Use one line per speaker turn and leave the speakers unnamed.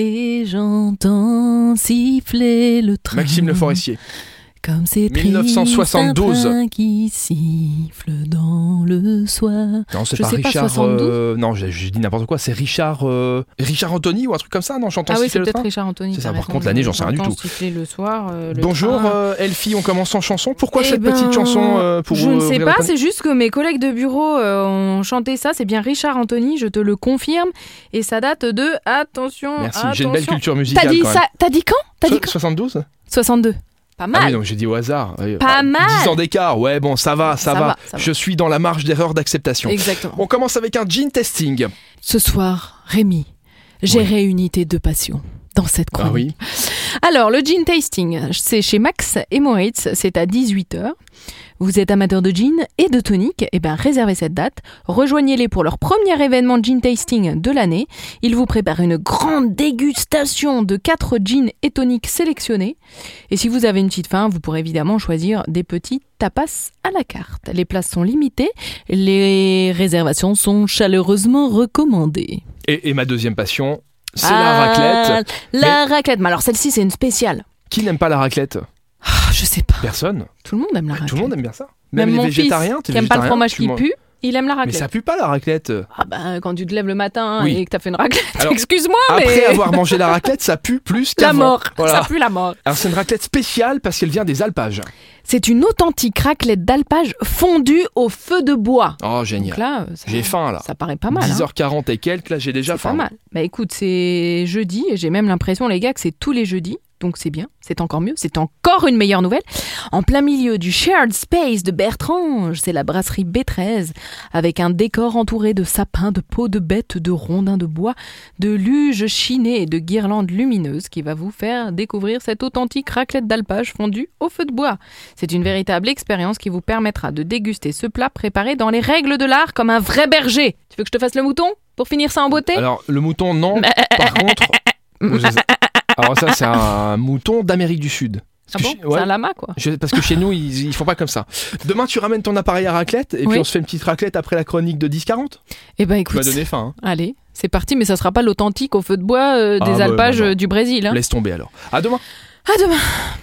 Et j'entends siffler le train.
Maxime Le Forestier.
Comme c'est
1972.
triste un train qui siffle dans le soir.
Non, c'est
Je
pas
sais pas,
Richard.
72.
euh, non, j'ai j'ai dit n'importe quoi. C'est Richard. euh, Richard Anthony ou un truc comme ça. Non, j'entends
Ah oui,
siffler
c'est
le
peut-être
train.
Richard Anthony. t'as
C'est ça, par
raison,
contre, l'année, j'en sais rien du
j'entends
tout.
siffler le soir. euh, le
Bonjour
train.
euh, Elfie, on commence en chanson. Pourquoi
Eh
cette
ben,
petite chanson euh, pour
Je
euh,
ne sais
ouvrir
pas,
la
c'est juste que mes collègues de bureau euh, ont chanté ça. C'est bien Richard Anthony, je te le confirme. Et ça date de. Attention,
Merci, j'ai
attention.
une belle culture musicale.
T'as dit,
quand même.
ça, t'as dit quand T'as dit
So- 72
quand 62. Pas mal.
Ah oui, donc j'ai dit au hasard. Euh,
Pas
ah,
mal.
10 ans d'écart, ouais, bon, ça va,
Ça
ça, va.
va, ça va.
Je suis dans la marge d'erreur d'acceptation.
Exactement.
On commence avec un gene testing.
Ce soir, Rémi, j'ai réuni tes deux passions dans cette
Ah
chronique.
oui.
Alors, le gin tasting, c'est chez Max et Moritz, c'est à 18h.
Vous êtes amateur de gin et de tonic, et bien réservez cette date. Rejoignez-les pour leur premier événement gin tasting de l'année. Ils vous préparent une grande dégustation de quatre gins et toniques sélectionnés. Et si vous avez une petite faim, vous pourrez évidemment choisir des petits tapas à la carte. Les places sont limitées, les réservations sont chaleureusement recommandées.
Et, et ma deuxième passion, c'est la
Ah,
raclette.
La raclette, mais alors celle-ci c'est une spéciale.
Qui n'aime pas la raclette
Ah, je sais pas,
Personne.
tout le monde aime la raclette.
Ah, Tout le monde aime bien ça.
Même,
les
mon
végétariens,
fils,
t'es
qui aime pas le
végétarien,
fromage
tu
qui
manges-
pue, il aime la raclette.
Mais ça pue pas la raclette.
Ah bah quand tu te lèves le matin
Oui.
et que t'as fait une raclette,
Alors,
excuse-moi, mais
Après avoir mangé la raclette, ça pue plus
la
qu'avant.
mort,
Voilà.
ça pue la mort.
Alors c'est une raclette spéciale parce qu'elle vient des alpages.
C'est une authentique raclette d'alpage fondue au feu de bois.
Oh
Donc
génial.
là, euh, ça,
J'ai faim là.
ça paraît pas mal. hein.
10h40 et quelques, là j'ai déjà
C'est pas
faim.
mal. Bah écoute, c'est jeudi et j'ai même l'impression, les gars, que c'est tous les jeudis. Donc c'est bien, c'est encore mieux, c'est encore une meilleure nouvelle. En plein milieu du Shared Space de Bertrange, c'est la brasserie B13, avec un décor entouré de sapins, de peaux de bêtes, de rondins de bois, de luges chinées et de guirlandes lumineuses qui va vous faire découvrir cette authentique raclette d'alpage fondue au feu de bois. C'est une véritable expérience qui vous permettra de déguster ce plat préparé dans les règles de l'art comme un vrai berger. Tu veux que je te fasse le mouton pour finir ça en beauté
Alors le mouton non,
euh,
par contre. vous- Alors ça c'est un mouton d'Amérique du Sud.
Ah
Parce que
bon
chez- ouais,
C'est un lama, quoi.
je- parce que chez nous, ils, ils font pas comme ça. Demain, tu ramènes ton appareil à raclette et puis
Oui.
on se fait une petite raclette après la chronique de 10h40.
Eh ben,
Tu
écoute,
m'as donné faim. hein.
allez, c'est parti, mais ça sera pas l'authentique au feu de bois euh,
Ah
des
ouais,
alpages
non, non.
euh, du Brésil. hein.
Laisse tomber alors. À demain.
À demain